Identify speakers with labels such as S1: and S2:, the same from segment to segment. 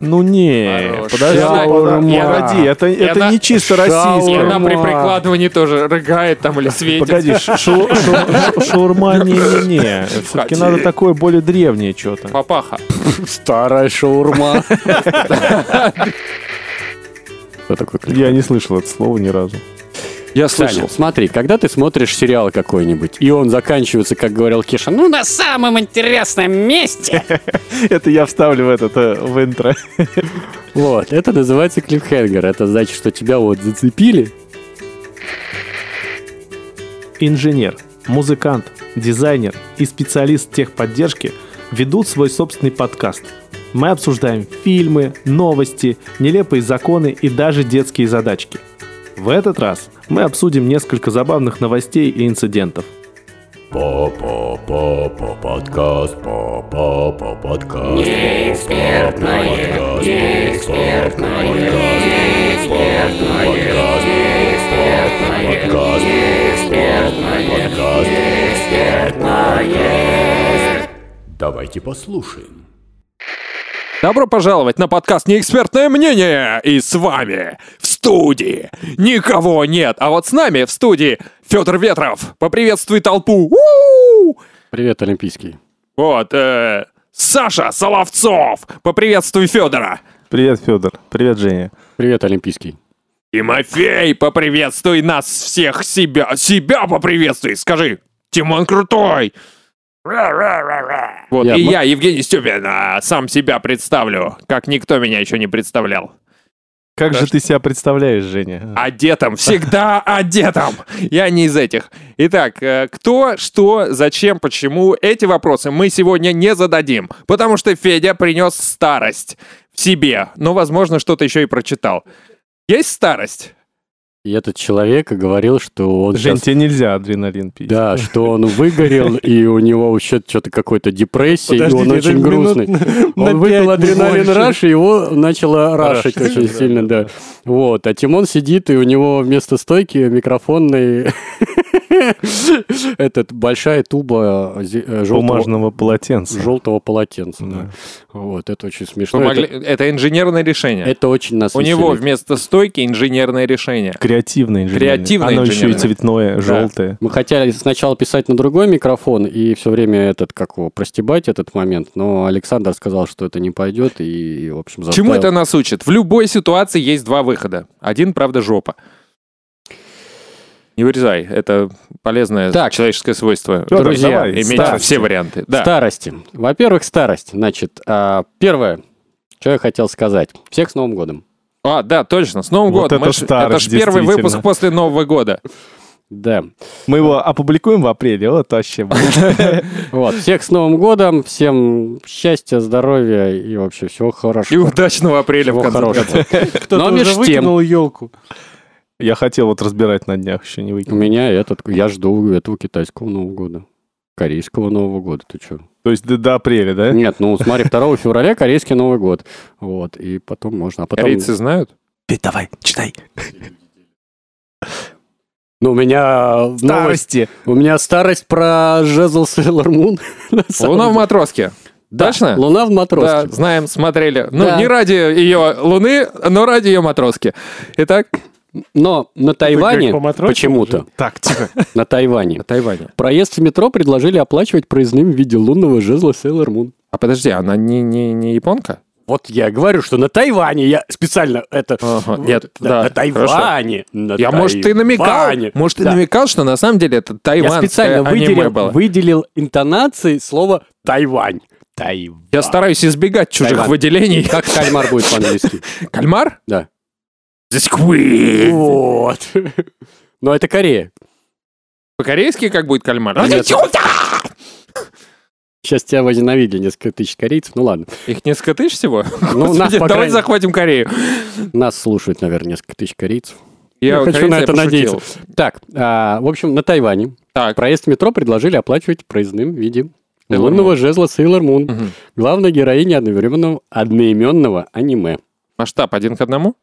S1: Ну не,
S2: Хорош.
S1: подожди,
S2: Шаурма.
S1: погоди, это,
S2: И
S1: это
S2: она-
S1: не чисто
S2: И
S1: российское.
S2: она при
S3: Шаурма.
S2: прикладывании тоже рыгает там или светит.
S1: Погоди, шу- шу- шу- шаурма не-не-не. Все-таки
S2: Погоди.
S1: надо такое более древнее что-то.
S2: Папаха.
S3: Старая шаурма. Что такое клик?
S1: Я не слышал это слово ни разу.
S3: Я слышал.
S2: Саня.
S3: Смотри, когда ты смотришь сериал какой-нибудь, и он заканчивается, как говорил Киша, ну, на самом интересном месте.
S1: Это я вставлю в этот, э, в интро.
S3: Вот, это называется клиффхенгер. Это значит, что тебя вот зацепили.
S1: Инженер, музыкант, дизайнер и специалист техподдержки ведут свой собственный подкаст. Мы обсуждаем фильмы, новости, нелепые законы и даже детские задачки. В этот раз мы обсудим несколько забавных новостей и инцидентов.
S4: Папа подкаст, папа подкаст. Неэкспертное, неэкспертное, неэкспертное, подкаст, неэкспертное, подкаст, неэкспертное. Давайте послушаем.
S2: Добро пожаловать на подкаст «Неэкспертное мнение» и с вами в студии никого нет, а вот с нами в студии Федор Ветров. Поприветствуй толпу. У-у-у!
S3: Привет, Олимпийский.
S2: Вот, э, Саша Соловцов. Поприветствуй Федора.
S1: Привет, Федор. Привет, Женя.
S3: Привет, Олимпийский.
S2: Тимофей, поприветствуй нас всех себя. Себя поприветствуй, скажи. Тимон Крутой. Ра-ра-ра-ра. Вот,
S3: Я
S2: и
S3: мо-
S2: я, Евгений Степин, а, сам себя представлю, как никто меня еще не представлял.
S1: Как же ты себя представляешь, Женя?
S2: Одетым, всегда одетым. Я не из этих. Итак, э, кто, что, зачем, почему, эти вопросы мы сегодня не зададим, потому что Федя принес старость в себе, но, возможно, что-то еще и прочитал. Есть старость?
S3: И этот человек говорил, что он
S1: Жень,
S3: А, сейчас...
S1: тебе нельзя адреналин пить.
S3: Да, что он выгорел, и у него вообще что-то какой-то депрессия, и он
S1: Подождите, это
S3: очень
S1: минут
S3: грустный.
S1: на
S3: Он
S1: пять,
S3: выпил
S1: не
S3: адреналин
S1: больше.
S3: раш, и его начало рашить очень сильно, да. Вот, а Тимон сидит, и у него вместо стойки микрофонный этот большая туба э, зе- э, желтого
S1: Бумажного полотенца.
S3: желтого полотенца. да.
S1: Да.
S3: Вот, это очень смешно.
S2: Помогли-
S3: Это
S2: Ну, Это, инженерное решение.
S3: это очень нас
S2: У него
S3: веселит.
S2: вместо стойки инженерное решение.
S1: Креативное инженерное.
S2: Креативное
S1: Оно еще и
S2: инженерное.
S1: цветное, желтое.
S3: Мы хотели сначала писать на другой микрофон и все время этот, как его, простебать этот момент, но Александр сказал, что это не пойдет, и, в общем, заставил.
S2: Чему это нас учит? В любой ситуации есть два выхода. Один, правда, жопа. Не вырезай, это полезное
S3: Так.
S2: человеческое свойство.
S1: Фёдор,
S3: Друзья,
S1: давай,
S2: Иметь
S1: старости.
S2: все варианты. Да.
S3: Старости. Во-первых, старость. Значит, а, первое, что я хотел сказать. Всех с Новым годом.
S2: А, да, точно. С Новым
S1: Вот
S2: годом.
S1: это
S2: Мы ж- это
S1: старость,
S2: же первый
S1: действительно.
S2: выпуск после Нового года.
S3: Да.
S1: Мы его опубликуем в апреле, вот вообще. будет.
S3: Вот. Всех с Новым годом. Всем счастья, здоровья и вообще всего
S2: И
S3: хорошего.
S2: удачного апреля в
S3: Всего
S2: конце концов.
S3: хорошего.
S5: Кто-то
S3: Но
S5: уже
S3: меж тем-
S5: выкинул елку.
S1: Я хотел вот разбирать на днях, еще не
S3: У
S1: выкинул.
S3: меня этот... Я жду этого китайского Нового года. Корейского Нового года. Ты что?
S1: То есть до, до апреля, да?
S3: Нет, ну смотри, 2 февраля корейский Новый год. Вот. И потом можно... А потом...
S2: Корейцы знают?
S1: Петь, давай, читай.
S3: Ну, у меня... новость-
S1: Старости.
S3: У меня старость про Жезл Сейлор Мун. На самом
S2: Луна в
S3: деле.
S2: матроске.
S3: Да,
S2: Точно?
S3: Луна в
S2: Да,
S3: матроске.
S2: знаем, смотрели. Ну,
S3: Да.
S2: не ради ее Луны, но ради ее матроски. Итак,
S3: Но на Тайване
S5: как поматросил
S3: почему-то,
S1: Так, тихо.
S3: на Тайване,
S2: Тайване.
S3: проезд в метро предложили оплачивать проездным в виде лунного жезла Sailor Moon.
S2: А подожди, она не, не, не японка?
S3: Вот я говорю, что на Тайване я специально это...
S2: Ага,
S3: Вот,
S2: нет, да,
S3: на Тайване. на
S2: Я, может, ты намекал?
S3: Тайване.
S2: Может, ты
S3: Да.
S2: намекал, что на самом деле это
S3: Я
S2: тайванское
S3: специально
S2: э, аниме
S3: выделил,
S2: было?
S3: выделил интонацией слово «Тайвань». Тайвань.
S2: Я стараюсь избегать чужих
S3: Тайвань.
S2: выделений.
S3: Как кальмар будет по-английски?
S2: Кальмар?
S3: Да.
S2: Здесь квы.
S3: Вот. Но это Корея.
S2: По-корейски как будет кальмар?
S3: Нет. Сейчас тебя возненавидели несколько тысяч корейцев. Ну ладно.
S2: Их несколько тысяч всего?
S3: Ну, нас,
S2: Господи,
S3: по
S2: Давай
S3: крайней-
S2: захватим Корею.
S3: нас слушают, наверное, несколько тысяч корейцев.
S2: Я
S3: хочу
S2: корейца,
S3: на
S2: я
S3: это
S2: пошутил.
S3: надеяться. Так, а, в общем, на Тайване
S2: Так.
S3: проезд в метро предложили оплачивать проездным в виде
S2: Sailor
S3: лунного жезла Sailor Moon,
S2: Мгм.
S3: главной героини одновременного одноименного аниме.
S2: Масштаб один к одному?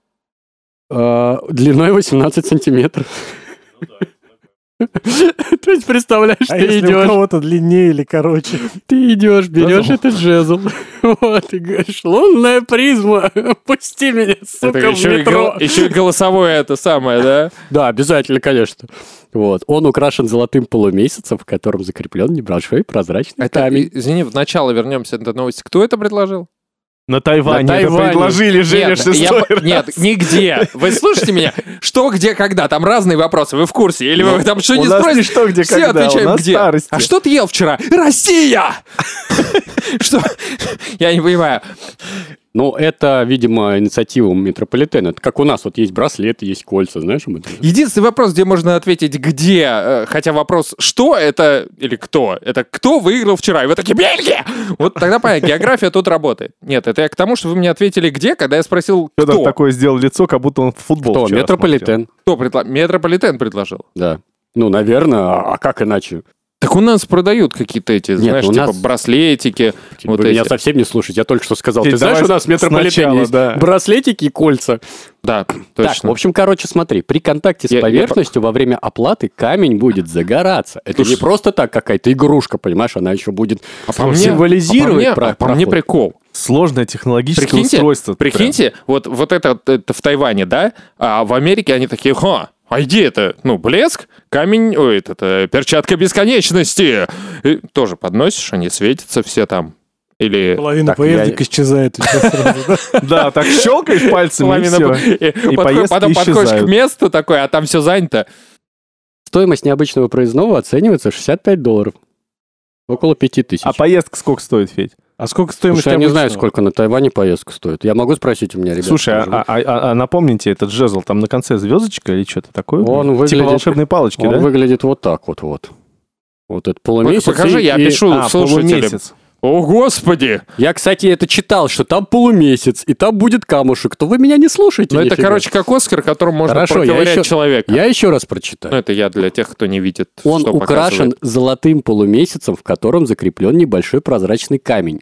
S3: А, длиной 18 сантиметров. То есть, представляешь,
S5: А
S3: ты
S5: если у
S3: идешь,
S5: кого-то длиннее или короче?
S3: ты идешь, берешь этот жезл, вот, и говоришь, лунная призма, пусти меня, сука, в
S2: еще, и
S3: метро.
S2: гол- еще и голосовое это самое, да?
S3: Да, обязательно, конечно. Вот. Он украшен золотым полумесяцем, в котором закреплен небольшой прозрачный
S2: Это,
S3: камень.
S2: и- извини, в начало вернемся до новости. Кто это предложил?
S1: На Тайване.
S2: На Тайване.
S1: предложили,
S2: Нет, я по- нет, нигде. Вы слышите меня? Что, где, когда? Там разные вопросы. Вы в курсе? Или вы там что
S1: Ну, У
S2: не
S1: нас
S2: спросите?
S1: не что, где,
S2: Все
S1: когда, у
S2: отвечаем,
S1: нас
S2: где?
S1: старости.
S2: А что ты ел вчера? Россия! Что? Я не понимаю.
S3: Ну, это, видимо, инициатива метрополитена. Это как у нас, вот есть браслеты, есть кольца, знаешь? мы-
S2: Единственный вопрос, где можно ответить «где», э, хотя вопрос «что» это или «кто», это «кто выиграл вчера?» И вы такие «Бельгия!» Вот тогда понятно, география тут работает. Нет, это я к тому, что вы мне ответили «где», когда я спросил
S1: Федор
S2: «кто?»
S1: такое сделал лицо, как будто он в футбол
S3: Кто?
S1: вчера
S3: Метрополитен.
S2: Кто предла- Метрополитен предложил.
S3: Да. Ну, наверное, а а как иначе?
S2: Так у нас продают какие-то эти, знаешь,
S3: у
S2: типа
S3: нас-
S2: браслетики,
S3: Вы
S2: вот
S3: меня
S2: эти.
S3: совсем не слушаете, я только что сказал.
S1: Ты
S3: Ты знаешь,
S1: давай
S3: у нас в
S1: сначала,
S3: метрополитене есть
S1: да.
S3: браслетики и кольца.
S2: Да,
S3: Так, в
S2: точно.
S3: общем, короче, смотри, при контакте с
S2: Я- я
S3: поверхностью во время оплаты камень будет загораться. Это не
S2: Слушай.
S3: просто так какая-то игрушка, понимаешь, она еще будет
S2: А по мне-
S3: символизировать
S2: а по мне-
S3: про-
S2: а по мне
S3: проход.
S2: прикол.
S1: Сложное технологическое
S2: Прикиньте,
S1: устройство.
S2: прикиньте, вот, вот это, вот это в Тайване, да? А в Америке они такие, ха, а где это? Ну, блеск, камень, ой, это, это перчатка бесконечности. И тоже подносишь, они светятся все там. Или...
S5: Половина
S3: Так, я-
S5: поездок исчезает у тебя сразу, да?
S1: прям. Да, так щелкаешь пальцами и А
S2: Пламена-
S1: все.
S2: и подход-
S1: поездки
S2: потом подходишь к
S1: исчезают.
S2: месту такое, а там все занято.
S3: Стоимость необычного проездного оценивается в 65 долларов. Около 5 тысяч.
S1: А поездка сколько стоит, Федь?
S5: А сколько
S3: Слушай,
S5: стоимость
S3: я не знаю,
S5: обычного?
S3: сколько на Тайване поездка стоит. Я могу спросить у меня, ребят?
S1: Слушай, а, а- а- а напомните, этот жезл, там на конце звездочка или что-то такое?
S3: Он выглядит-
S1: Типа волшебной палочки,
S3: Он
S1: да?
S3: выглядит вот так вот, вот. Вот это полумесяц.
S2: Покажи,
S3: и-
S2: я
S3: и-
S2: пишу
S1: А,
S2: слушателям.
S1: полумесяц.
S2: О, господи!
S3: Я, кстати, это читал, что там полумесяц, и там будет камушек. То вы меня не слушаете.
S2: Ну, это,
S3: нифига.
S2: короче, как Оскар, которым можно
S3: Хорошо, я
S2: проковырять
S3: еще-
S2: человека.
S3: Я еще раз прочитаю.
S2: Ну, это я для тех, кто не видит,
S3: Он
S2: что
S3: украшен
S2: показывает.
S3: золотым полумесяцем, в котором закреплен небольшой прозрачный камень.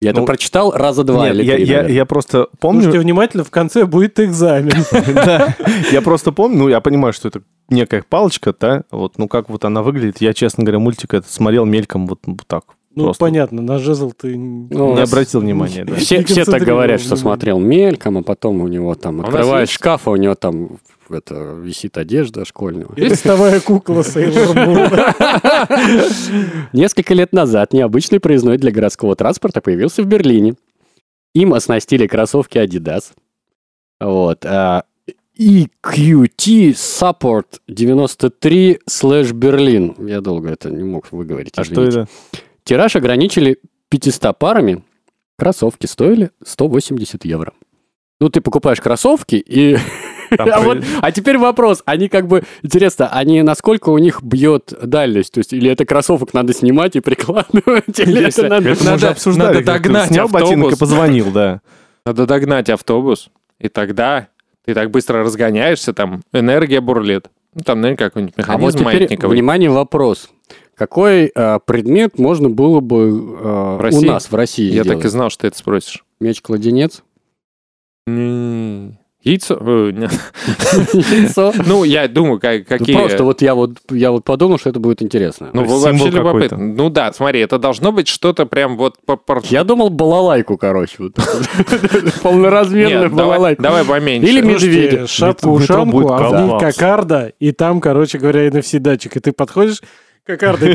S3: Я
S1: Ну,
S3: это прочитал раза два
S1: Нет,
S3: или
S1: я,
S3: три.
S1: я-
S3: наверное.
S1: я просто
S5: Слушайте
S1: помню,
S5: внимательно, в конце будет экзамен.
S1: да, я просто помню, ну, я понимаю, что это некая палочка, да, вот, ну, как вот она выглядит, я, честно говоря, мультик этот смотрел мельком вот так,
S5: Ну,
S1: просто
S5: понятно, на жезл ты... н-
S3: Ну,
S1: не
S3: раз-
S1: обратил внимания, да.
S3: Все,
S5: не
S3: все так
S5: концентрировал
S3: говорят, что
S5: внимание.
S3: смотрел мельком, а потом у него
S2: А у
S3: там
S2: нас
S3: открываешь
S2: есть?
S3: шкаф, а у него там это, висит одежда школьного.
S5: Листовая кукла Сейлор Мун.
S3: Несколько лет назад необычный проездной для городского транспорта появился в Берлине. Им оснастили кроссовки Adidas. Вот. а, EQT Support 93 слэш Берлин. Я долго это не мог выговорить.
S1: А что
S3: извините.
S1: это?
S3: Тираж ограничили 500 парами. Кроссовки стоили 180 евро. Ну, ты покупаешь кроссовки и...
S1: Там про-
S3: а, вот- а теперь вопрос. Они как бы... Интересно, они насколько у них бьет дальность? То есть, или это кроссовок надо снимать и прикладывать? Или
S2: Если-
S3: это надо...
S1: Это мы уже
S2: надо-
S1: обсуждали,
S2: надо
S1: когда ты
S2: догнать
S1: снял ботинок и
S2: автобус.
S1: позвонил, да.
S2: Надо догнать автобус, и тогда ты так быстро разгоняешься, там энергия бурлит. Ну, там, наверное, какой-нибудь
S3: А вот
S2: механизм
S3: теперь,
S2: маятниковый.
S3: внимание, вопрос. Какой э, предмет можно было бы э,
S2: В России?
S3: у нас в России
S2: Я
S3: сделать?
S2: так и знал, что ты это спросишь.
S3: Меч-кладенец?
S2: М, Яйцо? Э, нет.
S3: Яйцо?
S2: Ну, я думаю, ка-
S3: Ну,
S2: какие...
S3: Просто вот я вот я вот подумал, что это будет интересно.
S2: Ну,
S1: То есть
S2: вообще
S1: символ
S2: любопытно.
S1: какой-то.
S2: Ну да, смотри, это должно быть что-то прям вот... по- по-
S3: Я думал балалайку, короче. вот.
S2: Нет,
S3: Полноразмерную
S2: давай,
S3: балалайку.
S2: давай поменьше.
S3: Или
S5: Слушайте,
S3: медведя.
S5: Шапку,
S1: Ведь в этом будет
S5: ушанку, а в ней
S1: коллапс.
S5: кокарда, и там, короче говоря, NFC датчик. И ты подходишь кокардой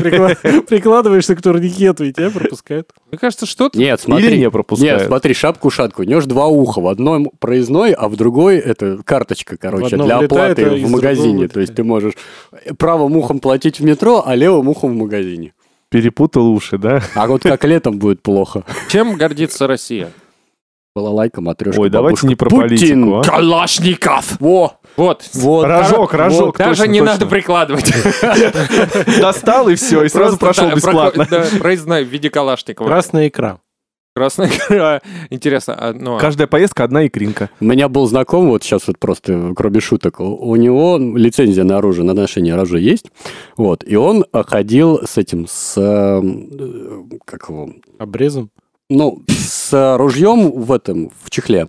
S5: прикла- прикладываешься к турникету, и тебя пропускают.
S2: Мне кажется, что-то...
S3: Нет,
S1: Или
S3: смотри.
S1: не пропускают.
S3: Нет, смотри, шапку-шатку. У него ж два уха. В одном проездной, а в другой это карточка,
S5: В
S3: короче,
S5: одно
S3: для
S5: влетает, а
S3: оплаты
S5: из
S3: в магазине.
S5: другого
S3: То есть ты можешь э, правым ухом платить в метро, а левым ухом в магазине.
S1: Перепутал уши, да?
S3: А вот как летом будет плохо.
S2: Чем гордится Россия?
S3: Балалайка, матрешка,
S1: Ой, давайте
S3: бабушка.
S1: не про
S3: Путин.
S1: политику, а.
S2: Калашников!
S3: Во,
S2: Вот.
S3: вот.
S1: Рожок, рожок.
S2: Даже
S1: точно,
S2: не
S1: точно.
S2: надо прикладывать.
S1: Достал и все, и сразу
S2: Просто,
S1: прошел
S2: да,
S1: бесплатно.
S2: проход- да, проездной в виде Калашникова.
S5: Красная икра.
S2: Красная икра. Интересно, а, ну, а-
S1: Каждая поездка одна икринка.
S3: У меня был знакомый, вот сейчас вот просто, кроме шуток, у- у него лицензия на оружие, на ношение оружия есть, вот, и он э, ходил с этим, с, эм, э, как его,
S5: Обрезом.
S3: ну, с ружьем в этом, в чехле.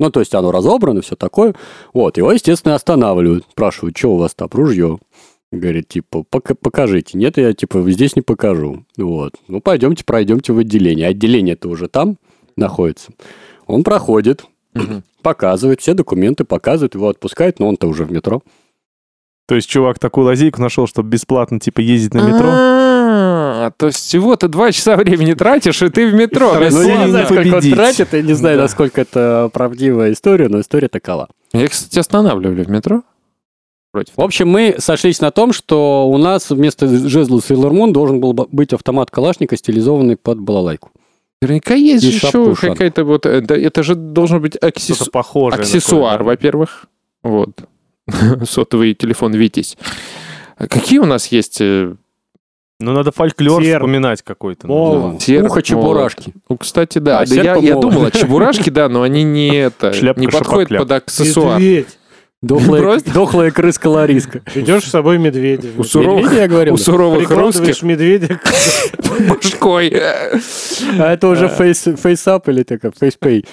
S3: Ну, то есть оно разобрано, все такое. Вот, его, естественно, останавливают, спрашивают, что у вас там ружье. Говорит, типа, «Пока- покажите. Нет, я, типа, здесь не покажу. Вот. Ну, пойдемте, пройдемте в отделение. Отделение-то уже там находится. Он проходит, показывает, все документы показывает, его отпускают, но он-то уже в метро.
S1: То есть чувак такую лазейку нашел, чтобы бесплатно типа ездить на метро.
S2: А, То есть всего ты два часа времени тратишь, и ты в метро.
S1: Второй
S2: Без-
S3: Ну,
S1: Сложно
S3: я не знаю,
S1: не
S3: сколько он
S1: победить.
S3: тратит, я не знаю, насколько это правдивая история, но история такова.
S2: Я, кстати, останавливали в метро. Против.
S3: В общем, мы сошлись на том, что у нас вместо жезла Sailor Moon должен был бы- быть автомат Калашника, стилизованный под балалайку.
S2: Наверняка есть
S3: И
S2: же
S3: шапка
S2: еще
S3: ушанка.
S2: какая-то вот... э, да, Это же должен быть аксес-
S1: Что-то похожее. на
S2: аксессуар,
S1: такое,
S2: во-первых. Вот. Сотовый телефон «Витязь». А Какие у нас есть? э,
S1: да. Ну, надо фольклор
S5: Серп.
S1: вспоминать какой-то. ну.
S5: Молот.
S1: надо.
S5: О,
S2: серп,
S3: Ухо чебурашки.
S2: молот? Ну, кстати, да.
S3: А,
S2: Да
S3: серп
S2: я,
S3: и
S2: я
S3: молот.
S2: думал, а чебурашки, да, но они не это...
S1: Шляпка,
S2: не подходят
S1: шапокляп.
S2: под аксессуар.
S5: Медведь.
S3: Дохлая,
S2: Просто?
S3: дохлая крыс-колориска.
S5: Идешь с собой медведя.
S2: У суровых-
S3: Медведя, я говорил.
S2: У суровых
S5: Прикладываешь
S2: русских
S5: медведя к
S2: башкой.
S3: А это уже фейс, фейсап или такая фейспей.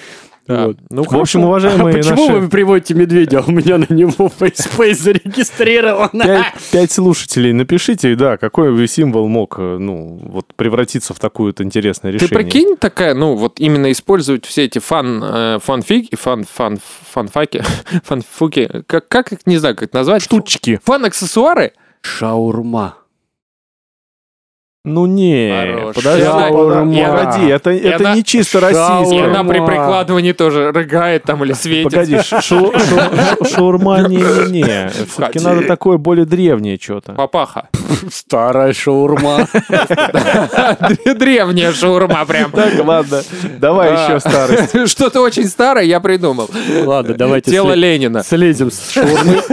S2: Да.
S3: Вот.
S2: Ну,
S1: В общем,
S3: А
S1: уважаемые
S3: почему
S1: наши
S3: вы приводите медведя? а У меня на него фейспей зарегистрирован.
S1: пять, пять слушателей, напишите, да, какой бы символ мог, э, ну, вот превратиться в такое вот интересное
S2: Ты
S1: решение.
S2: прикинь, такая, ну, вот именно использовать все эти фан, э, фанфики, фан, фан, фанфаки, фанфуки, как, как их, не знаю, как это назвать?
S1: Штучки.
S2: Фан-аксессуары?
S3: Шаурма.
S1: Ну не,
S2: Хорош.
S1: подожди,
S3: Шаурма.
S1: подожди, погоди, это, это
S2: она-
S1: не чисто
S2: И
S1: российское.
S3: Шаурма.
S2: она при прикладывании тоже рыгает там или светит.
S1: Погоди, ш- шу- шу- шаурма не-не-не. Все-таки
S2: Входи.
S1: надо такое более древнее что-то.
S2: Папаха.
S3: Старая шаурма.
S2: Древняя шаурма прям.
S1: Ладно, давай
S2: Да.
S1: еще старость.
S2: Что-то очень старое я придумал.
S3: Ладно, давайте
S2: Тело
S3: сли-
S2: Ленина.
S3: слезем с шаурмы.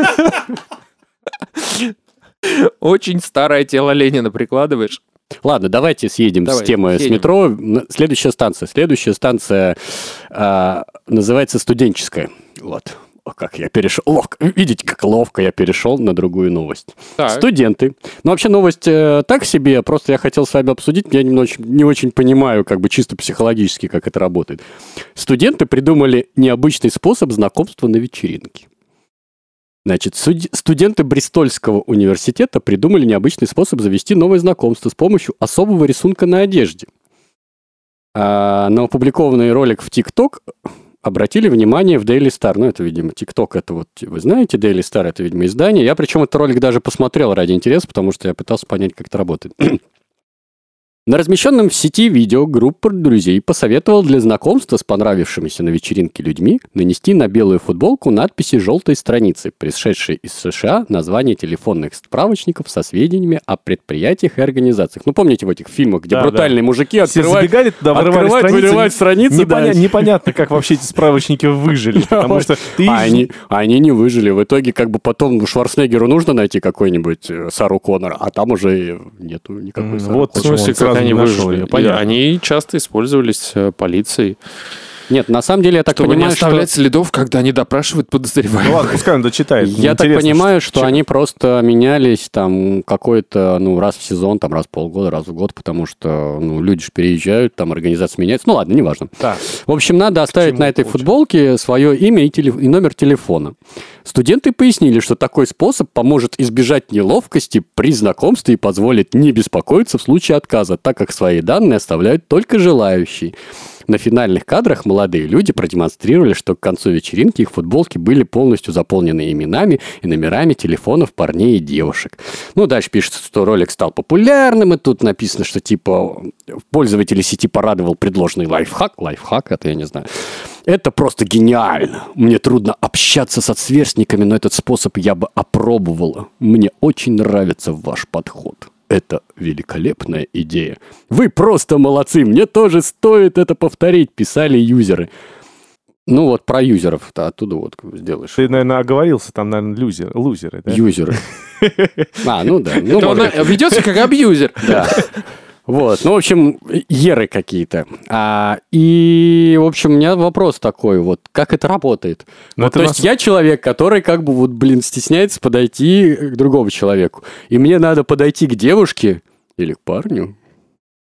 S2: Очень старое тело Ленина прикладываешь.
S3: Ладно, давайте съедем
S2: Давай,
S3: с темы с
S2: съедем.
S3: метро. Н- Следующая станция. Следующая станция а, называется студенческая. Вот. О, как я перешел. Ловко. Видите, как ловко я перешел на другую новость.
S2: Так.
S3: Студенты. Ну, вообще, новость э, так себе. Просто я хотел с вами обсудить. Я немножечко- не очень понимаю, как бы чисто психологически, как это работает. Студенты придумали необычный способ знакомства на вечеринке. Значит, суд- студенты Бристольского университета придумали необычный способ завести новое знакомство с помощью особого рисунка на одежде. А, на опубликованный ролик в TikTok обратили внимание в Daily Star. Ну, это, видимо, TikTok, это вот, вы знаете, Daily Star, это, видимо, издание. Я, причем, этот ролик даже посмотрел ради интереса, потому что я пытался понять, как это работает. На размещенном в сети видео группа друзей посоветовала для знакомства с понравившимися на вечеринке людьми нанести на белую футболку надписи желтой страницы, пришедшие из США названия телефонных справочников со сведениями о предприятиях и организациях. Ну, помните в этих фильмах, где
S1: Да, да.
S3: брутальные мужики
S1: Все
S3: открывают
S1: забегали туда, вырывали
S3: Открывать,
S1: страницы.
S3: вырывать страницы,
S1: Непоня-
S3: да.
S1: Непонятно, как вообще эти справочники выжили, потому что ты...
S3: А они, они не выжили. В итоге, как бы потом Шварценеггеру нужно найти какой-нибудь э, Сару Коннор, а там уже э, нету никакой
S1: М,
S3: Сары
S1: вот
S2: В
S3: Коннор.
S1: почему
S2: смысле,
S1: он сразу
S2: как они
S1: не нашел
S2: выжили?
S1: её, понятно.
S2: Они часто использовались э, полицией.
S3: Нет, на самом деле я так
S2: Чтобы не
S3: понимаю, что...
S2: оставлять следов, когда они допрашивают
S1: Ну
S2: подозреваемых.
S1: ладно, пускай он дочитает.
S3: Я так
S1: Интересно,
S3: понимаю, что они просто менялись там какой-то, ну, раз в сезон, там, раз в полгода, раз в год, потому что, ну, люди же переезжают, там, организация меняется. Ну, ладно, неважно.
S1: Так.
S3: В общем, надо оставить
S1: чему
S3: на этой
S1: это учит?
S3: футболке свое имя и, теле- и номер телефона. Студенты пояснили, что такой способ поможет избежать неловкости при знакомстве и позволит не беспокоиться в случае отказа, так как свои данные оставляют только желающие. На финальных кадрах молодые люди продемонстрировали, что к концу вечеринки их футболки были полностью заполнены именами и номерами телефонов парней и девушек. Ну, дальше пишется, что ролик стал популярным, и тут написано, что типа пользователи сети порадовал предложенный лайфхак. Лайфхак, это я не знаю. Это просто гениально. Мне трудно общаться со сверстниками, но этот способ я бы опробовала. Мне очень нравится ваш подход. Это великолепная идея. Вы просто молодцы. Мне тоже стоит это повторить, писали юзеры. Ну вот про юзеров-то оттуда вот сделаешь.
S1: Ты, наверное, оговорился, там, наверное, лузер, лузеры, да?
S3: Юзеры. А, ну да. Ну,
S2: То
S3: может
S2: он
S3: быть.
S2: ведется как абьюзер.
S3: Да. Вот, ну, в общем, еры какие-то. А, и, в общем, у меня вопрос такой, вот, как это работает?
S1: Ну,
S3: Вот,
S1: это
S3: то
S1: на
S3: есть
S1: самом-
S3: я человек, который как бы, вот, блин, стесняется подойти к другому человеку. И мне надо подойти к девушке или к парню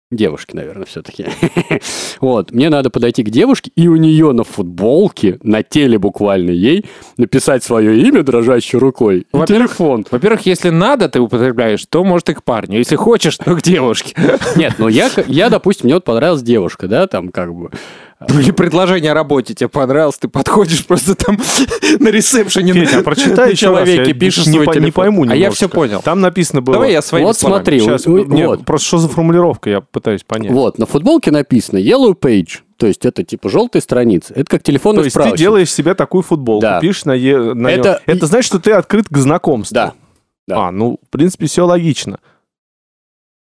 S3: Девушки, наверное, все-таки. вот, мне надо подойти к девушке, и у нее на футболке, на теле буквально ей, написать свое имя дрожащей рукой и
S2: Во-первых,
S3: телефон.
S2: Во-первых, если надо, ты употребляешь, то, может, и к парню. Если хочешь, то к девушке.
S3: Нет, ну я, к- я, допустим, мне вот понравилась девушка, да, там как бы.
S2: Ну или предложение о работе тебе понравилось, ты подходишь просто там на ресепшене
S1: Петь, а
S2: на
S1: прочитай еще раз,
S2: человеке,
S1: я
S2: пишешь
S1: не,
S2: свой
S1: по- не
S2: телефон.
S1: пойму
S2: А я
S1: немножко.
S2: все понял.
S1: Там написано было.
S2: Давай я своими
S3: вот
S2: словами.
S3: смотри,
S1: Сейчас,
S3: у- у-
S1: не,
S3: вот,
S1: просто что за формулировка, я пытаюсь понять.
S3: вот, на футболке написано yellow page, то есть это типа желтая страница. Это как телефонный
S1: То есть ты
S3: справочник.
S1: делаешь себе такую футболку,
S3: Да.
S1: пишешь на, е- на нём.
S3: Это-
S1: это... значит, что ты открыт к знакомству.
S3: Да. да.
S1: А, ну, в принципе, все логично.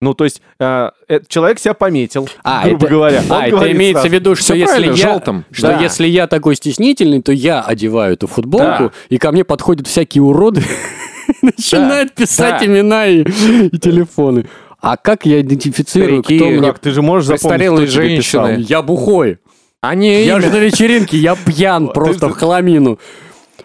S1: Ну, то есть, э, э, человек себя пометил,
S3: А,
S1: грубо
S3: это-
S1: говоря. Он
S3: А, это
S1: говорит
S3: имеется
S1: сразу,
S3: в виду, что,
S2: Всё
S3: если
S2: правильно,
S3: я,
S2: в желтом.
S3: что
S1: Да.
S3: если я такой стеснительный, то я одеваю эту футболку,
S2: Да.
S3: и ко мне подходят всякие уроды, и начинают писать
S2: Да.
S3: имена и, и телефоны. А как я идентифицирую,
S2: Старики,
S3: кто мне...
S1: Как, ты же можешь запомнить,
S2: Престарелые
S1: кто тебе писал.
S2: женщины.
S3: Я бухой.
S2: Они
S3: Я же на вечеринке, я пьян просто в хламину.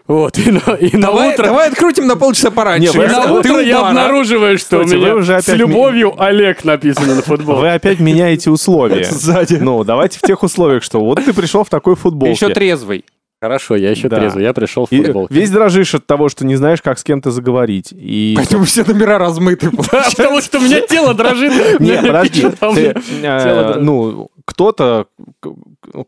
S3: Вот, и на, и на
S2: Давай,
S3: утро...
S2: давай открутим на полчаса
S1: Не,
S2: пораньше.
S1: вы-
S3: и на
S2: Ты у
S3: утро я
S2: бара.
S3: обнаруживаю, что
S1: Кстати,
S3: у
S1: вы
S3: меня
S1: уже
S3: с
S1: опять
S3: любовью Олег написано на футболке.
S1: Вы опять меняете условия.
S2: Сзади.
S1: Ну, давайте в тех условиях, что вот ты пришел в такой футболке.
S2: Еще трезвый.
S3: Хорошо, я еще
S1: Да.
S3: трезвый, я пришел в
S1: И
S3: футболке.
S1: весь дрожишь от того, что не знаешь, как с кем-то заговорить. И...
S2: Поэтому все номера размыты.
S3: Да, Потому что у меня тело дрожит.
S1: Не, подожди.
S3: Там
S1: ты,
S3: мне тело
S1: э,
S3: дрожит.
S1: Ну, кто-то, к-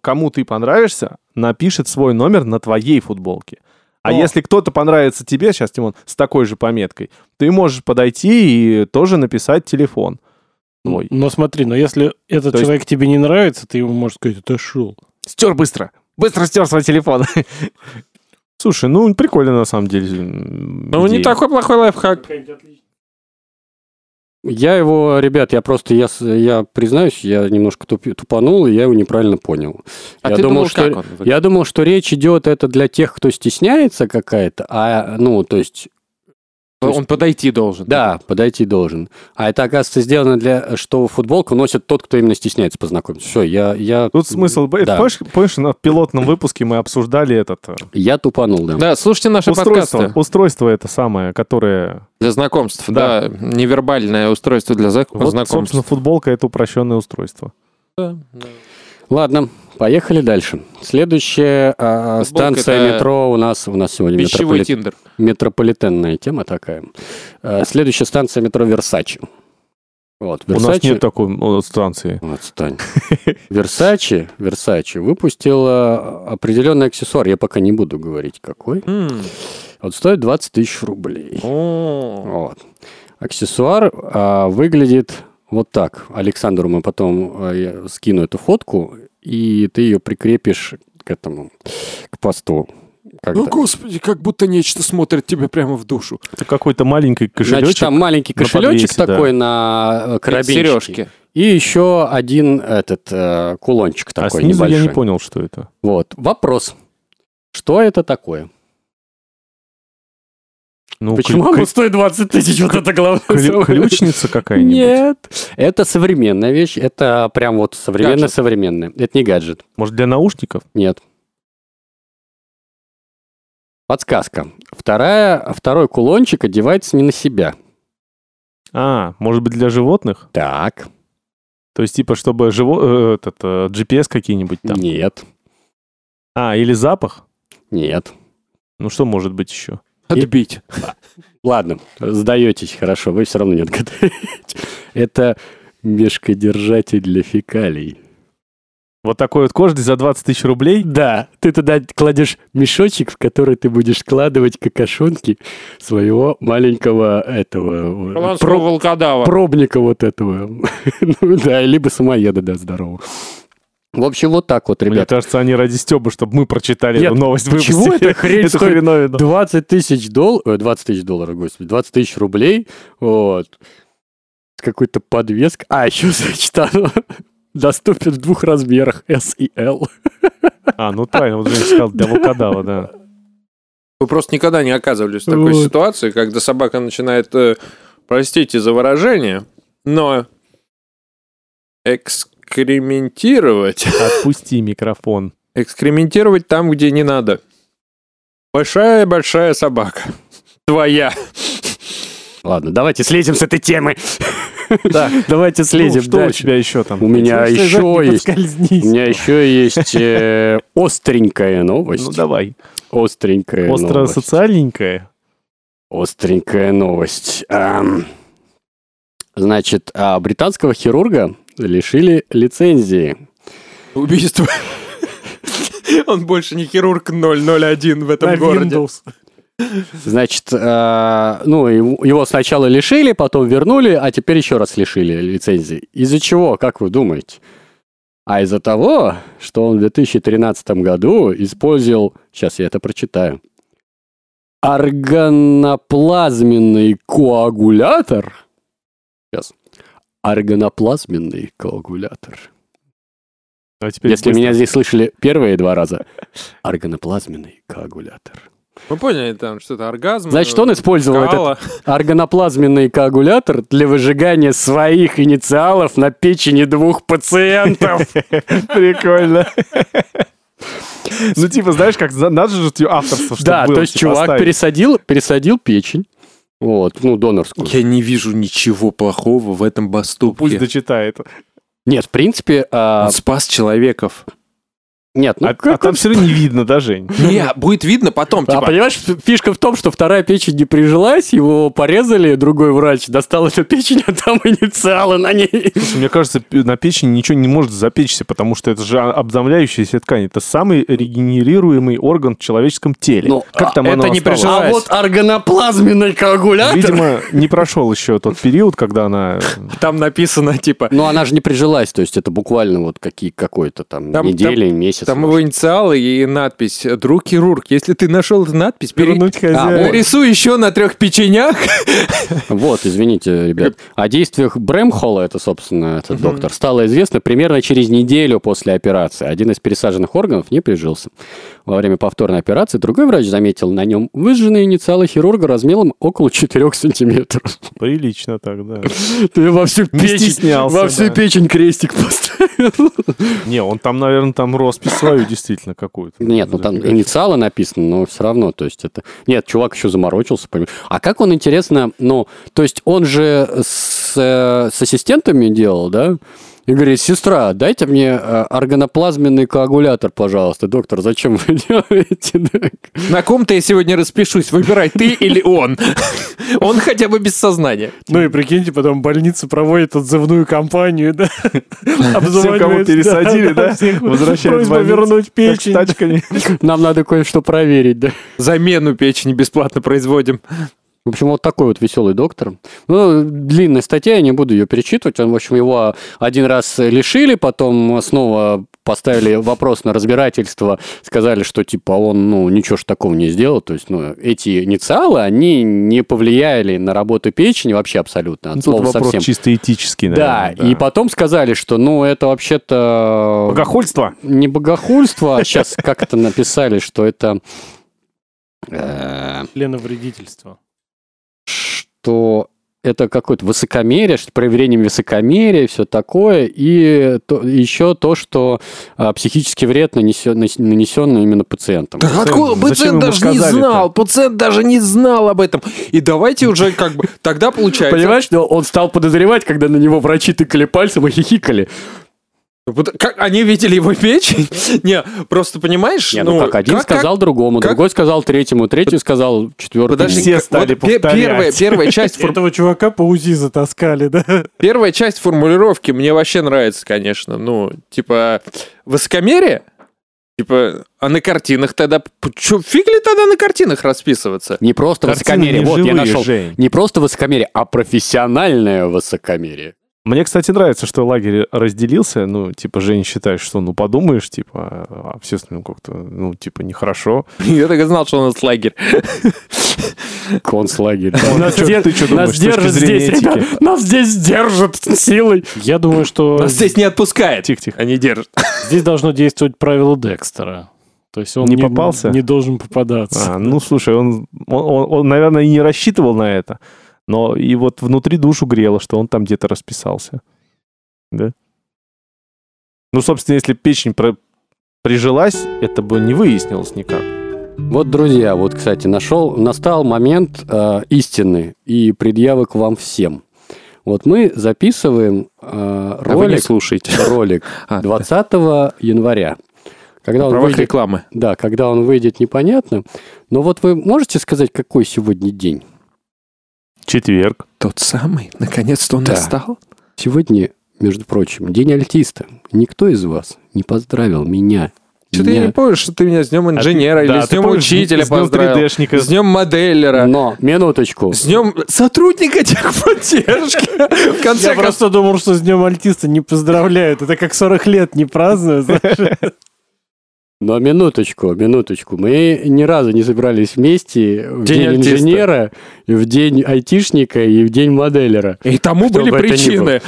S1: кому ты понравишься, напишет свой номер на твоей футболке. А
S3: О.
S1: если кто-то понравится тебе, сейчас, Тимон, с такой же пометкой, ты можешь подойти и тоже написать телефон. Твой.
S5: Но смотри, но если этот
S1: То есть-
S5: человек тебе не нравится, ты ему можешь сказать, отошел.
S1: Стер быстро. Быстро стер свой телефон. Слушай, ну прикольно на самом деле.
S2: Ну, не такой плохой лайфхак.
S3: Я его, ребят, я просто, я, с- я признаюсь, я немножко тупи- тупанул, и я его неправильно понял.
S2: А
S3: я
S2: ты думал,
S3: что,
S2: как он?
S3: Я думал, что речь идет это для тех, кто стесняется какая-то, а, ну, то есть,
S2: Он подойти должен.
S3: да, подойти должен. А это, оказывается, сделано для, что футболку носит тот, кто именно стесняется познакомиться. Все, я, я...
S1: Тут смысл...
S3: Да.
S1: Помнишь, помнишь, на пилотном выпуске мы обсуждали этот... э,
S3: Я тупанул, да.
S2: Да, слушайте наши
S1: Устройство,
S2: подкасты
S1: устройство это самое, которое...
S2: для знакомств. Да.
S1: Да.
S2: невербальное устройство для зак-
S1: Вот,
S2: знакомств.
S1: собственно, футболка это упрощенное устройство.
S3: Ладно, поехали дальше. Следующая а,
S2: Футболка
S3: станция
S2: это
S3: метро у нас, у нас сегодня
S2: Пищевой
S3: метрополит-
S2: тиндер.
S3: метрополитенная тема такая. Э, Следующая станция метро Версачи. Вот,
S1: У нас
S3: Версачи.
S1: нет такой э, станции.
S3: Отстань. Версачи, Версачи выпустила определенный аксессуар. Я пока не буду говорить, какой.
S2: М.
S3: Вот стоит 20 тысяч рублей.
S2: О.
S3: Вот. Аксессуар а, выглядит вот так. Александру мы потом а, я скину эту фотку, и ты ее прикрепишь к этому, к посту.
S1: Ну,
S3: Когда-
S2: господи, как будто нечто смотрит тебе прямо в душу.
S1: Это какой-то маленький
S3: Значит,
S1: кошелечек.
S3: там маленький
S1: на
S3: кошелечек
S1: подвесе, да.
S3: такой на э, карабинчике.
S2: Сережки.
S3: И еще один этот э, кулончик
S1: а
S3: такой
S1: снизу
S3: небольшой.
S1: я не понял, что это.
S3: Вот. Вопрос. Что это такое?
S1: Ну,
S3: Почему
S1: клю-
S3: оно стоит 20 тысяч? Вот это главное.
S1: клю-
S3: самое.
S1: ключница какая-нибудь?
S3: Нет. Это современная вещь. Это прям вот современно-современная. Это не гаджет.
S1: Может, для наушников?
S3: Нет. Подсказка. Вторая, второй кулончик одевается не на себя.
S1: А, может быть, для животных?
S3: Так.
S1: То есть, типа, чтобы живо... э, этот, э, GPS какие-нибудь там.
S3: Нет.
S1: А, или запах?
S3: Нет.
S1: Ну, что может быть еще?
S2: Отбить.
S3: Ладно, сдаетесь, хорошо, вы все равно не отгадаете. Это мешкодержатель для фекалий.
S1: Вот такой вот кождь за 20 тысяч рублей?
S3: Да, ты туда кладешь мешочек, в который ты будешь складывать какашонки своего маленького этого... э, про-
S2: волкодава.
S3: пробника вот этого. Ну да, либо самоеда, да, здорового. В общем, вот так вот,
S1: Мне
S3: ребята.
S1: кажется, они ради Стёбы, чтобы мы прочитали
S3: Нет,
S1: эту новость,
S3: почему
S1: выпустили
S3: эта хрень
S1: эту
S3: стоит
S1: хреновину.
S3: 20 тысяч долларов, 20 тысяч долларов, господи, 20 тысяч рублей, вот, С какой-то подвеска, а, еще сочетано, доступен в двух размерах, S и L.
S1: А, ну правильно, вот Женя сказал, для волкодава, да.
S2: Вы просто никогда не оказывались в такой
S3: Вот.
S2: ситуации, когда собака начинает, э, простите за выражение, но экскрементировать.
S1: Отпусти микрофон.
S2: Экскрементировать там, где не надо. Большая-большая собака. Твоя.
S3: Ладно, давайте слезем с этой темы.
S2: Да.
S3: Давайте
S1: Ну,
S3: слезем
S1: что у
S3: дальше.
S1: тебя еще там?
S3: У меня
S5: Слушай,
S3: еще
S5: Жак, не
S3: есть...
S5: поскользнись.
S3: У меня еще есть э, остренькая новость.
S1: Ну давай.
S3: Остренькая
S1: Остро
S3: новость.
S1: социальненькое.
S3: Остренькая новость. Ам. Значит, а, британского хирурга лишили лицензии.
S2: Убийство. Он больше не хирург 001 в этом
S5: На
S2: городе.
S5: Windows.
S3: Значит, а, ну, его его сначала лишили, потом вернули, а теперь еще раз лишили лицензии. Из-за чего, как вы думаете? А из-за того, что он в 2013 году использовал, сейчас я это прочитаю, органоплазменный коагулятор. Сейчас. Органоплазменный коагулятор.
S1: А теперь
S3: Если
S1: быстро.
S3: меня здесь слышали первые два раза. Органоплазменный коагулятор.
S2: Мы поняли, там что-то оргазм. э,
S3: Значит, он использовал этот
S2: кала.
S3: органоплазменный коагулятор для выжигания своих инициалов на печени двух пациентов.
S1: Прикольно. Ну, типа, знаешь, как за- надо же её авторство, чтобы
S3: Да,
S1: было,
S3: то есть
S1: типа,
S3: чувак
S1: оставить.
S3: пересадил, пересадил печень. Вот, ну, донорскую.
S2: Я не вижу ничего плохого в этом
S1: Пусть
S2: баступе.
S1: дочитает.
S3: Ну, Нет, в принципе, а,
S2: Он спас человеков.
S3: нет, ну
S1: Ну, А а
S3: как
S1: там
S3: он-
S1: все равно не видно, да, Жень?
S2: Не, будет видно потом,
S3: А
S2: типа.
S3: понимаешь, ф- фишка в том, что вторая печень не прижилась, его порезали, другой врач достал эту печень, а там инициалы на ней.
S1: Слушай, мне кажется, пе- на печени ничего не может запечься, потому что это же а- обновляющаяся ткань. Это самый регенерируемый орган в человеческом теле.
S3: Ну,
S1: как
S3: а
S1: там
S2: это
S1: оно
S2: не
S1: осталось?
S2: прижилось.
S3: А вот органоплазменный коагулятор...
S1: Видимо, не прошел еще тот период, когда она...
S2: Там написано, типа,
S3: Но она же не прижилась, то есть это буквально вот какие какой-то там,
S2: Там-
S3: недели, месяц.
S2: там его
S3: может.
S2: инициалы и надпись «Друг хирург». Если ты нашел эту надпись, пере- А,
S1: Вернуть хозяина.
S2: нарисуй еще на трех печенях.
S3: Вот, извините, ребят. О действиях Брэмхолла, это, собственно, этот доктор, стало известно примерно через неделю после операции. Один из пересаженных органов не прижился. Во время повторной операции другой врач заметил на нем выжженные инициалы хирурга размером около 4 сантиметров.
S1: Прилично так, да.
S3: Ты во всю
S1: Не
S3: печень,
S1: стеснялся,
S3: во всю
S1: да.
S3: печень крестик поставил.
S1: Не, он там, наверное, там роспись свою действительно какую-то.
S3: Нет, ну там инициалы написаны, но все равно, то есть это... Нет, чувак еще заморочился. поним- А как он, интересно, ну, то есть он же с, э, с ассистентами делал, да? И говорит, сестра, дайте мне э, органоплазменный коагулятор, пожалуйста. Доктор, зачем вы делаете? так?»
S2: На ком-то я сегодня распишусь. Выбирай, ты или он. Он хотя бы без сознания.
S5: Ну и прикиньте, потом больница проводит отзывную кампанию, да?
S1: Всем, кого
S5: Обзванивает,
S1: пересадили, да,
S5: всех
S1: возвращают в
S5: Просьба
S1: больницу.
S5: вернуть
S1: Как
S5: печень.
S1: с тачками.
S3: Нам надо кое-что проверить, да?
S2: Замену печени бесплатно производим.
S3: В общем, вот такой вот веселый доктор. Ну, длинная статья, я не буду ее перечитывать. Он, в общем, его один раз лишили, потом снова поставили вопрос на разбирательство, сказали, что типа он, ну, ничего ж такого не сделал. То есть, ну, эти инициалы, они не повлияли на работу печени вообще абсолютно. От
S1: Ну, Тут
S3: слова
S1: вопрос
S3: совсем.
S1: чисто этический,
S3: Да,
S1: наверное.
S3: и потом сказали, что, ну, это вообще-то...
S1: Богохульство?
S3: Не богохульство, а сейчас как это написали, что это... э,
S5: Лена вредительства.
S3: что это какое-то высокомерие, что проявлением высокомерия, все такое, и еще то, что а, психический вред нанесен, нанесен именно пациентам.
S1: откуда? Зачем Пациент ему даже не сказали-то? знал,
S2: Пациент даже не знал об этом. И давайте уже как бы... Тогда получается...
S3: Понимаешь, но он стал подозревать, когда на него врачи тыкали пальцем и хихикали.
S2: Вот как они видели его печень? Не, просто понимаешь,
S3: Не, ну, как один сказал другому,
S2: как-
S3: другой сказал третьему, третий сказал четвертому.
S2: Подожди,
S1: Все
S2: как-
S1: стали
S2: вот пе-
S1: повторять.
S2: первая, первая часть, фор-
S5: Этого чувака по УЗИ затаскали, да?
S2: первая часть формулировки мне вообще нравится, конечно. Ну, типа, высокомерие? Типа, а на картинах тогда... п- чё, фиг ли тогда на картинах расписываться?
S3: Не просто
S1: Картины
S3: высокомерие,
S1: не
S3: вот я
S1: живые,
S3: нашел.
S1: Жень.
S3: Не просто высокомерие, а профессиональное высокомерие.
S1: Мне, кстати, нравится, что лагерь разделился. Ну, типа, Жень считает, что, ну, подумаешь, типа, а общественным как-то, ну, типа, нехорошо.
S2: Я так и знал, что у нас лагерь.
S3: Концлагерь.
S1: Нас чё- дер- Ну, ты чё думаешь, нас с точки держат зрения здесь, этики? ребят,
S3: Нас здесь держат силой.
S5: Я думаю, что
S2: Нас здесь не отпускает. А
S1: Тихо-тихо.
S2: Они держат.
S5: здесь должно действовать правило Декстера. То есть он
S1: Не попался?
S5: не должен попадаться.
S1: А, ну, слушай, он, он, он- он, наверное, и не рассчитывал на это. Но и вот внутри душу грело, что он там где-то расписался. Да? Ну, собственно, если печень про- прижилась, это бы не выяснилось никак.
S3: Вот, друзья, вот, кстати, нашел, настал момент э, истины и предъявок вам всем. Вот мы записываем э,
S2: А вы не
S3: ролик,
S2: слушаете.
S3: ролик
S2: А.
S3: 20 января. Когда
S2: В
S3: он,
S2: правах
S3: выйдет,
S2: рекламы.
S3: да, когда он выйдет, непонятно. Но вот вы можете сказать, какой сегодня день?
S1: Четверг.
S2: Тот самый, наконец-то он
S3: Да.
S2: настал.
S3: Сегодня, между прочим, день альтиста. Никто из вас не поздравил меня.
S2: Что-то я
S3: Меня.
S2: не помню, что ты меня с днем инженера или
S1: да,
S2: с
S1: А ты
S2: днем
S1: помнишь,
S2: учителя
S1: с днём
S2: поздравил.
S1: 3D-шника.
S2: С днем моделлера.
S3: Но, минуточку.
S2: С днем сотрудника техподдержки. В
S5: Я
S2: конце концов.
S5: просто думал, что с Днем Альтиста не поздравляют. Это как 40 лет не празднуют. знаешь.
S3: Но минуточку, минуточку. Мы ни разу не собрались вместе в
S2: День
S3: день,
S2: альтиста.
S3: инженера, и в день айтишника и в день моделлера.
S2: И тому
S3: Что
S2: были
S3: бы это ни
S2: причины.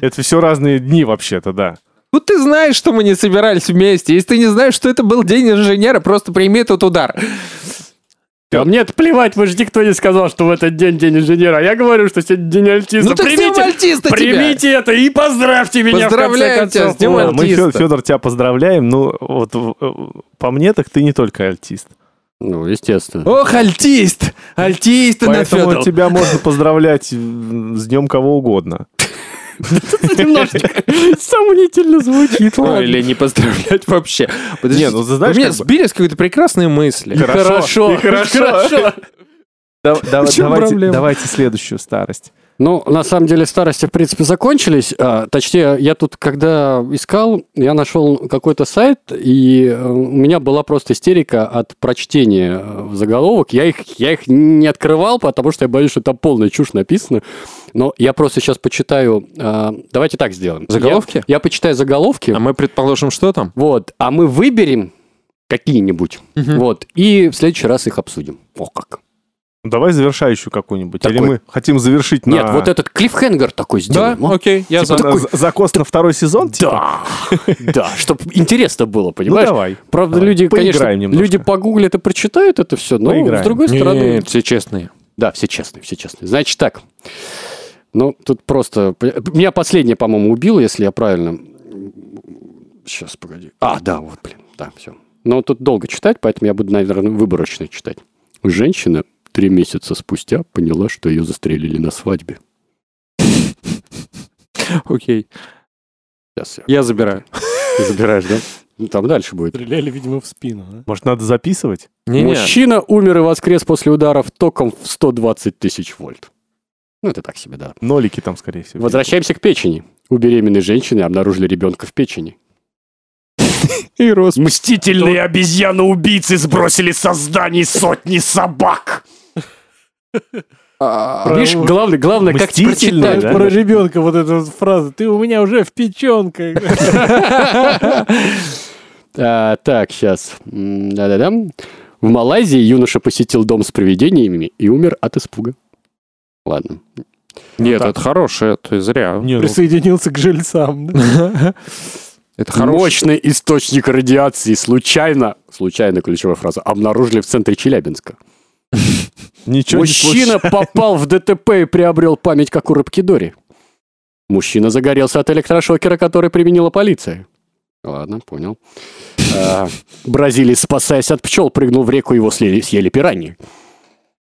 S1: Это все разные дни вообще-то, да.
S2: Ну ты знаешь, что мы не собирались вместе. Если ты не знаешь, что это был день инженера, просто прими этот удар.
S3: А мне плевать, вы же никто не сказал, что в этот день день инженера. Я говорю, что сегодня день альтиста.
S2: Ну так с днем альтиста тебя.
S3: примите это и поздравьте меня
S2: Поздравляю
S3: в конце
S2: тебя с
S3: концов.
S2: днём
S3: Вот.
S1: А Мы,
S2: Альтиста.
S1: Федор, тебя поздравляем. Ну, вот э, по мне так ты не только альтист.
S3: Ну, естественно.
S2: Ох, альтист! Альтист ты
S1: Поэтому
S2: нафедал.
S1: тебя можно поздравлять э, с днем кого угодно.
S3: Это немножечко сомнительно звучит.
S2: Ну,
S3: ладно.
S2: или не поздравлять вообще. Подожди,
S1: Не, ну, ты знаешь,
S2: у меня
S1: как бы-
S2: сбились какие-то прекрасные мысли.
S3: Хорошо.
S1: и хорошо. Да- да-
S2: В чём
S1: давайте,
S2: проблема?
S1: давайте следующую старость.
S3: Ну, на самом деле, старости, в принципе, закончились. А, точнее, я тут, когда искал, я нашел какой-то сайт, и э, у меня была просто истерика от прочтения э, заголовок. Я их, я их не открывал, потому что я боюсь, что там полная чушь написана. Но я просто сейчас почитаю... э, давайте так сделаем.
S2: Заголовки?
S3: Я, я почитаю заголовки.
S2: А мы предположим, что там?
S3: Вот, а мы выберем какие-нибудь. Вот, и в следующий раз их обсудим. О, как.
S1: Ну, Давай завершающую какую-нибудь. Или
S3: Такой.
S1: мы хотим завершить на...
S3: Нет, вот этот клиффхенгер такой
S2: Да,
S3: сделаем. а?
S2: окей, я
S1: типа,
S2: за.
S1: на- за- закос на второй сезон? типа?
S3: Да, да, чтобы интересно было,
S1: Ну,
S3: понимаешь?
S1: давай.
S3: Правда,
S1: Давай.
S3: люди, конечно,
S1: Поиграем немножко.
S3: люди погуглят и прочитают это все, но
S1: Поиграем.
S3: с другой стороны...
S2: Нет, все честные.
S3: Да, все честные, все честные. Значит так, ну, тут просто... Меня последнее, по-моему, убило, если я правильно... Сейчас, погоди. А, да, вот, блин, да, все. Но тут долго читать, поэтому я буду, наверное, выборочно читать. Женщина три месяца спустя поняла, что ее застрелили на свадьбе.
S2: Окей,
S3: Сейчас я...
S2: я забираю.
S3: Ты забираешь, да? Ну, Там дальше будет.
S5: Стреляли, видимо, в спину. да?
S1: Может, надо записывать?
S2: Не-не,
S3: Мужчина умер и воскрес после ударов током в 120 тысяч вольт. Ну, это так себе, да.
S1: Нолики там, скорее всего.
S3: Возвращаемся к печени. У беременной женщины обнаружили ребенка в печени.
S2: и рос.
S3: Мстительные обезьяны-убийцы сбросили со зданий сотни собак.
S2: А,
S3: Видишь, главное, главное, как это
S1: Мстительные,
S3: прочитать.
S1: Да.
S5: Про ребенка вот эта вот фраза. Ты у меня уже в печенках.
S3: А, так, сейчас. Да-да-да. В Малайзии юноша посетил дом с привидениями и умер от испуга. Ладно.
S2: Нет, это хорошее, ты зря.
S1: Не, ну,
S5: Присоединился к жильцам. да?
S2: Это хорошее.
S3: Мощный источник радиации случайно, случайно ключевая фраза, обнаружили в центре Челябинска.
S1: ничего не
S3: Мужчина попал в ДТП и приобрел память, как у рыбки Дори. Мужчина загорелся от электрошокера, который применила полиция. Ладно, понял. А, Бразилий, спасаясь от пчел, прыгнул в реку, его слили- съели пираньи.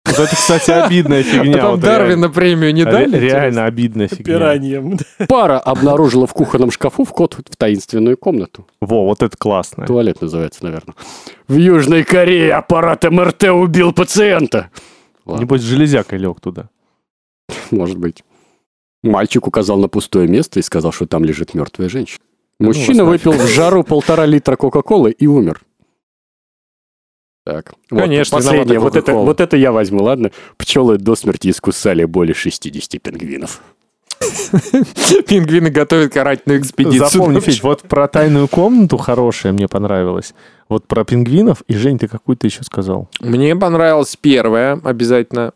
S1: Вот это, кстати, обидная фигня.
S2: Потом
S1: вот
S2: Дарвина премию не
S1: реально. А Ре-
S2: дали?
S1: Реально обидная фигня.
S5: Пираньем. да.
S3: Пара обнаружила в кухонном шкафу вход в таинственную комнату.
S1: Во, вот это классно.
S3: Туалет называется, наверное. В Южной Корее аппарат МРТ убил пациента. Ладно.
S1: Небось, железякой лег туда.
S3: Может быть. Мальчик указал на пустое место и сказал, что там лежит мертвая женщина. Мужчина
S2: ну вас
S3: выпил в жару полтора литра Кока-Колы и умер. Так. Вот,
S2: Конечно,
S3: последнее.
S2: виновата
S3: Вот это,
S2: Кока-Кола.
S3: вот это я возьму, ладно? Пчелы до смерти искусали более 60 пингвинов.
S2: Пингвины готовят карательную экспедицию.
S1: Запомни, Федь, вот про тайную комнату хорошая мне понравилась. Вот про пингвинов. И, Жень, ты какую-то еще сказал.
S2: Мне понравилось первое, обязательно.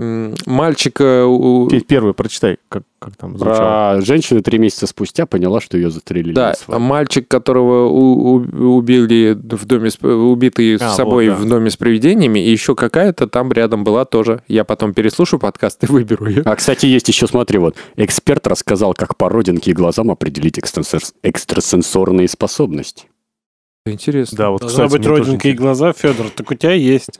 S2: М, Мальчика... у-
S1: Федь, первый прочитай, как, как там звучало.
S3: Про женщину три месяца спустя поняла, что ее застрелили.
S2: Да, а
S3: на свадьбе.
S2: мальчик, которого у- у- убили в доме, с- убитый
S1: А,
S2: с собой
S1: вот, да.
S2: в доме с привидениями, и еще какая-то там рядом была тоже. Я потом переслушаю подкаст и выберу ее.
S3: А, кстати, есть еще, смотри, вот. Эксперт рассказал, как по родинке и глазам определить экстрасенс- экстрасенсорные способности.
S2: Интересно.
S1: Да, вот,
S5: Должна
S1: кстати,
S5: быть
S1: мне тоже
S5: родинка и
S1: интересно.
S5: глаза, Федор. Так у тебя есть.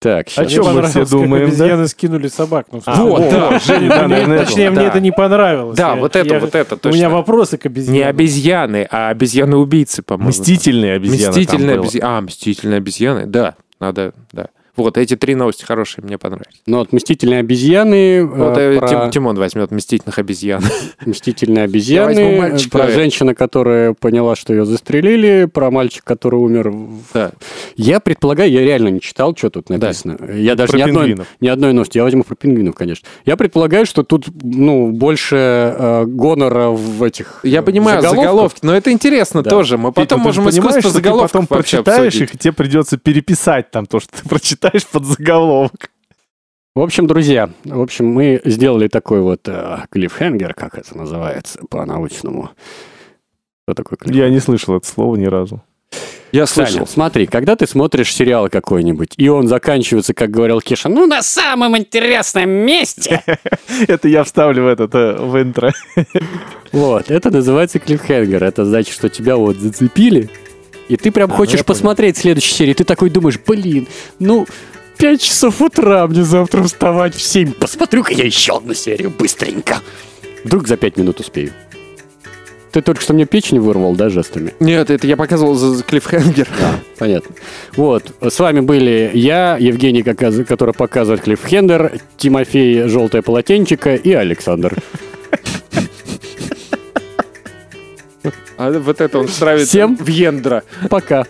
S3: Так,
S5: Мне
S2: А
S3: щас.
S1: О чём мы
S5: понравилось,
S1: все
S5: как
S1: думаем, да?
S5: Обезьяны скинули собак. Ну,
S1: А,
S2: вот,
S5: о,
S2: да, Женя, да,
S5: мне-
S1: наверное,
S5: Точнее,
S2: это,
S5: мне
S2: да.
S5: это не понравилось.
S2: Да,
S5: Я-
S2: вот это,
S5: я-
S2: вот это
S5: У меня
S2: точно.
S5: вопросы к
S2: Не
S5: обезьянам.
S2: обезьяны, а обезьяны-убийцы, по-моему.
S1: Мстительные обезьяны. там
S2: Мстительные
S1: было.
S2: обезьяны. А, мстительные обезьяны, да. Надо, да. Вот, эти три новости хорошие, мне понравились.
S3: Ну, вот «Мстительные обезьяны»,
S2: Вот
S3: э,
S2: э,
S3: про
S2: Тим- Тимон возьмет мстительных обезьян.
S3: «Мстительные обезьяны»,
S2: возьму
S3: э,
S2: мальчика.
S3: про женщину, которая поняла, что ее застрелили, про мальчика, который умер. в-
S2: Да.
S3: Я предполагаю, я реально не читал, что тут написано. Я даже
S1: Про
S3: ни одной,
S1: пингвинов.
S3: ни одной новости. Я возьму про пингвинов, конечно. Я предполагаю, что тут, ну, больше э, гонора в этих
S2: Я
S3: э,
S2: понимаю
S3: заголовках.
S2: заголовки, но это интересно
S3: Да.
S2: тоже. Мы
S1: Петь,
S2: потом
S1: ну, ты же
S2: можем
S1: понимаешь,
S2: искусство
S1: что ты
S2: заголовков
S1: потом
S2: вообще
S1: прочитаешь
S2: обсудить.
S1: их, и тебе придется переписать там то, что ты прочитаешь под заголовок.
S3: В общем, друзья, в общем, мы сделали такой вот э, клиффхенгер, как это называется по-научному. Что такое клиффхенгер?
S1: Я не слышал это слово ни разу.
S2: Я
S3: Саня,
S2: слышал.
S3: смотри, когда ты смотришь сериал какой-нибудь, и он заканчивается, как говорил Киша, ну, на самом интересном месте.
S1: Это я вставлю в этот, э, в интро.
S3: Вот, это называется клиффхенгер. Это значит, что тебя вот зацепили, и
S2: А,
S3: ты
S2: ну,
S3: прям хочешь посмотреть следующую серию. Ты такой думаешь, блин, ну, 5 часов утра, мне завтра вставать в 7. Посмотрю-ка я еще одну серию быстренько. Вдруг за 5 минут успею. Ты только что мне печень вырвал, да, жестами?
S2: Нет, это я показывал за за клиффхенгер.
S3: Понятно. Вот, с вами были я, Евгений, каказ- который показывает Клиффхендер, Тимофей Желтое полотенчико и Александр.
S2: А вот это он ставит
S3: Всем?
S2: в Яндра.
S3: Пока.